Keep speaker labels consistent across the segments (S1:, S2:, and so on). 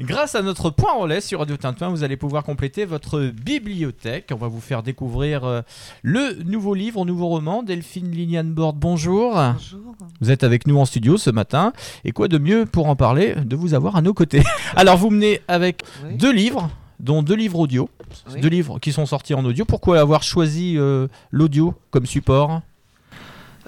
S1: Grâce à notre point relais sur Radio Tintin, vous allez pouvoir compléter votre bibliothèque. On va vous faire découvrir euh, le nouveau livre, nouveau roman. Delphine Liliane Borde, bonjour.
S2: Bonjour.
S1: Vous êtes avec nous en studio ce matin. Et quoi de mieux pour en parler de vous avoir à nos côtés Alors, vous menez avec
S2: Oui.
S1: deux livres, dont deux livres audio,
S2: Oui.
S1: deux livres qui sont sortis en audio. Pourquoi avoir choisi euh, l'audio comme support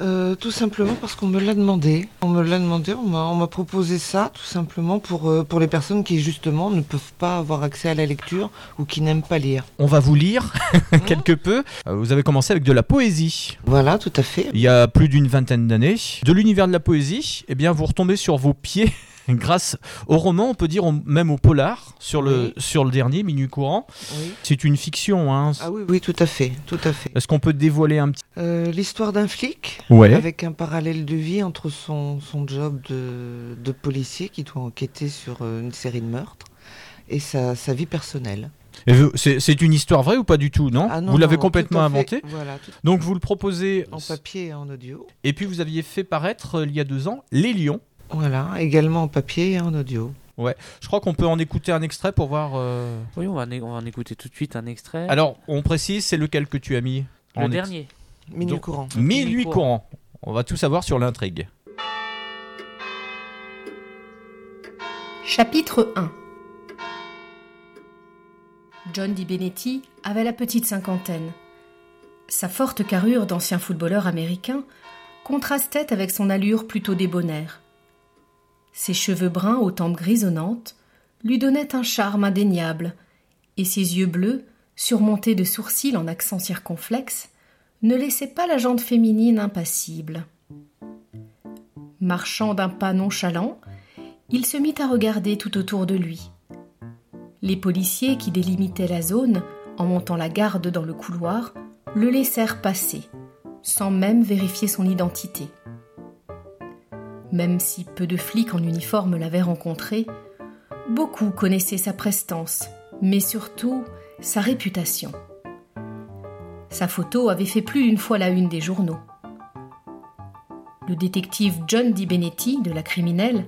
S2: Euh, tout simplement parce qu'on me l'a demandé. On me l'a demandé, on m'a on m'a proposé ça, tout simplement pour, euh, pour les personnes qui justement ne peuvent pas avoir accès à la lecture ou qui n'aiment pas lire.
S1: On va vous lire
S2: Mmh.
S1: quelque peu. Euh, Vous avez commencé avec de la poésie.
S2: Voilà, tout à fait.
S1: il y a plus d'une vingtaine d'années. De l'univers de la poésie, eh bien, vous retombez sur vos pieds grâce au roman, on peut dire au- même au polar, sur le, sur le dernier, Minuit courant.
S2: Oui.
S1: C'est une fiction. Hein.
S2: Ah oui, oui, tout à fait, tout à fait.
S1: Est-ce qu'on peut dévoiler un petit...
S2: Euh, L'histoire d'un flic
S1: Ouais.
S2: avec un parallèle de vie entre son, son job de, de policier qui doit enquêter sur euh, une série de meurtres et sa, sa vie personnelle.
S1: C'est c'est une histoire vraie ou pas du tout, non,
S2: Ah non,
S1: Vous
S2: non,
S1: l'avez
S2: non,
S1: complètement
S2: tout à fait.
S1: inventée.
S2: Voilà, tout-
S1: Donc vous le proposez...
S2: en papier et en audio.
S1: Et puis vous aviez fait paraître, euh, il y a deux ans, Les Lions.
S2: Voilà, également en papier et en audio.
S1: Je crois qu'on peut en écouter un extrait pour voir... euh,
S3: Oui, on va, en é- on va en écouter tout de suite un extrait.
S1: Alors, on précise, c'est lequel que tu as mis
S3: le
S1: en ex-
S3: dernier.
S2: Minuit
S1: Donc,
S2: courant.
S1: Minuit courant. On va tout savoir sur l'intrigue.
S4: Chapitre 1 John Di Benetti avait la petite cinquantaine. Sa forte carrure d'ancien footballeur américain contrastait avec son allure plutôt débonnaire. Ses cheveux bruns aux tempes grisonnantes lui donnaient un charme indéniable, et ses yeux bleus, surmontés de sourcils en accent circonflexe, ne laissaient pas la jante féminine impassible. Marchant d'un pas nonchalant, il se mit à regarder tout autour de lui. Les policiers qui délimitaient la zone, en montant la garde dans le couloir, le laissèrent passer, sans même vérifier son identité. Même si peu de flics en uniforme l'avaient rencontré, beaucoup connaissaient sa prestance, mais surtout sa réputation. Sa photo avait fait plus d'une fois la une des journaux. Le détective John Di Benetti de la criminelle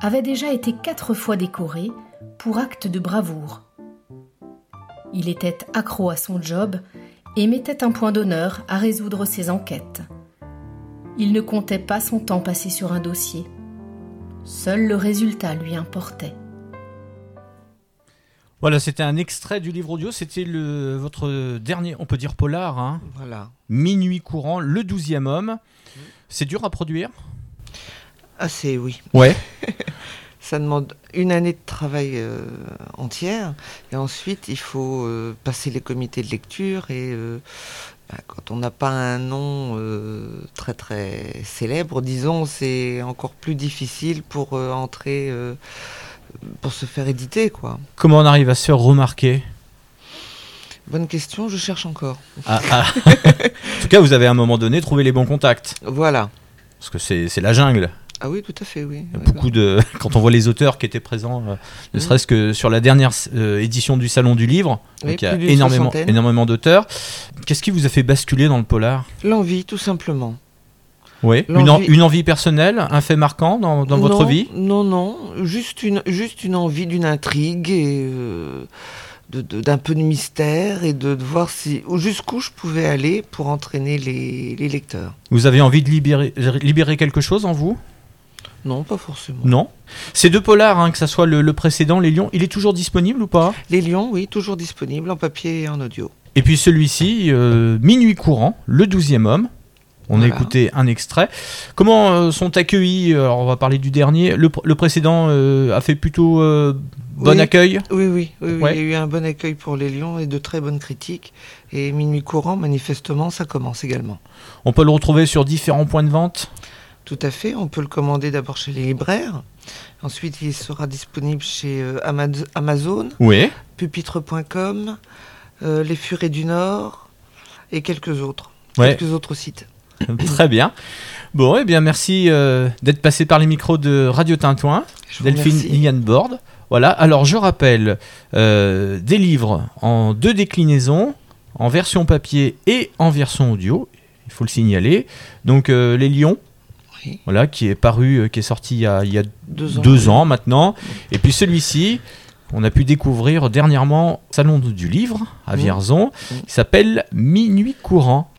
S4: avait déjà été quatre fois décoré pour acte de bravoure. Il était accro à son job et mettait un point d'honneur à résoudre ses enquêtes. Il ne comptait pas son temps passé sur un dossier. Seul le résultat lui importait.
S1: Voilà, c'était un extrait du livre audio. C'était le, votre dernier, on peut dire polar, hein,
S2: Voilà.
S1: Minuit courant, le douzième homme. C'est dur à produire
S2: Ah, c'est oui.
S1: Ouais.
S2: Ça demande une année de travail euh, entière. Et ensuite, il faut euh, passer les comités de lecture. Et euh, bah, quand on n'a pas un nom euh, très très célèbre, disons, c'est encore plus difficile pour euh, entrer, euh, pour se faire éditer, quoi.
S1: Comment on arrive à se faire remarquer
S2: Bonne question, je cherche encore.
S1: Ah, ah. En tout cas, vous avez à un moment donné trouvé les bons contacts.
S2: Voilà.
S1: Parce que c'est c'est la jungle.
S2: Ah oui, tout à fait, oui.
S1: Il y a Beaucoup de, quand on voit les auteurs qui étaient présents, euh, ne
S2: Mhm.
S1: serait-ce que sur la dernière euh, édition du Salon du Livre,
S2: Oui,
S1: donc il y a
S2: plus d'une
S1: énormément,
S2: soixantaine.
S1: énormément d'auteurs. Qu'est-ce qui vous a fait basculer dans le polar
S2: L'envie, tout simplement.
S1: Oui. Une,
S2: L'envie-
S1: en- une envie personnelle, un fait marquant dans, dans votre
S2: Non,
S1: vie
S2: Non, non, juste une, juste une envie d'une intrigue et euh, de- de- d'un peu de mystère et de, de voir si ou jusqu'où je pouvais aller pour entraîner les, les lecteurs.
S1: Vous avez envie de libérer, libérer quelque chose en vous
S2: Non, pas forcément.
S1: Non Ces deux polars, hein, que ça soit le, le précédent, Les Lions, il est toujours disponible ou pas
S2: Les lions, oui, toujours disponibles en papier et en audio.
S1: Et puis celui-ci, euh, Minuit courant, le douzième homme. On
S2: Voilà.
S1: a écouté un extrait. Comment euh, sont accueillis Alors on va parler du dernier. Le, pr- le précédent euh, a fait plutôt euh, bon
S2: Oui.
S1: accueil.
S2: Oui, oui, oui, oui,
S1: Ouais.
S2: il y a eu un bon accueil pour les lions et de très bonnes critiques. Et Minuit courant, manifestement, ça commence également.
S1: On peut le retrouver sur différents points de vente.
S2: Tout à fait, on peut le commander d'abord chez les libraires. Ensuite, il sera disponible chez euh, Amaz- Amazon.
S1: Oui.
S2: pupitre.com, euh, Les Furets du Nord et quelques autres.
S1: Ouais.
S2: Quelques autres sites.
S1: Très bien. Bon, eh bien merci euh, d'être passé par les micros de Radio Tintouin.
S2: Je vous
S1: Delphine
S2: remercie.
S1: Liliane Borde. Voilà, alors je rappelle euh, des livres en deux déclinaisons, en version papier et en version audio, il faut le signaler. Donc euh, Les Lions,
S2: Oui.
S1: voilà, qui est paru, euh, qui est sorti il y a, il y a
S2: Deux ans.
S1: deux ans maintenant. Et puis celui-ci, on a pu découvrir dernièrement au Salon du Livre à
S2: Mhm.
S1: Vierzon,
S2: Mhm.
S1: qui s'appelle Minuit courant.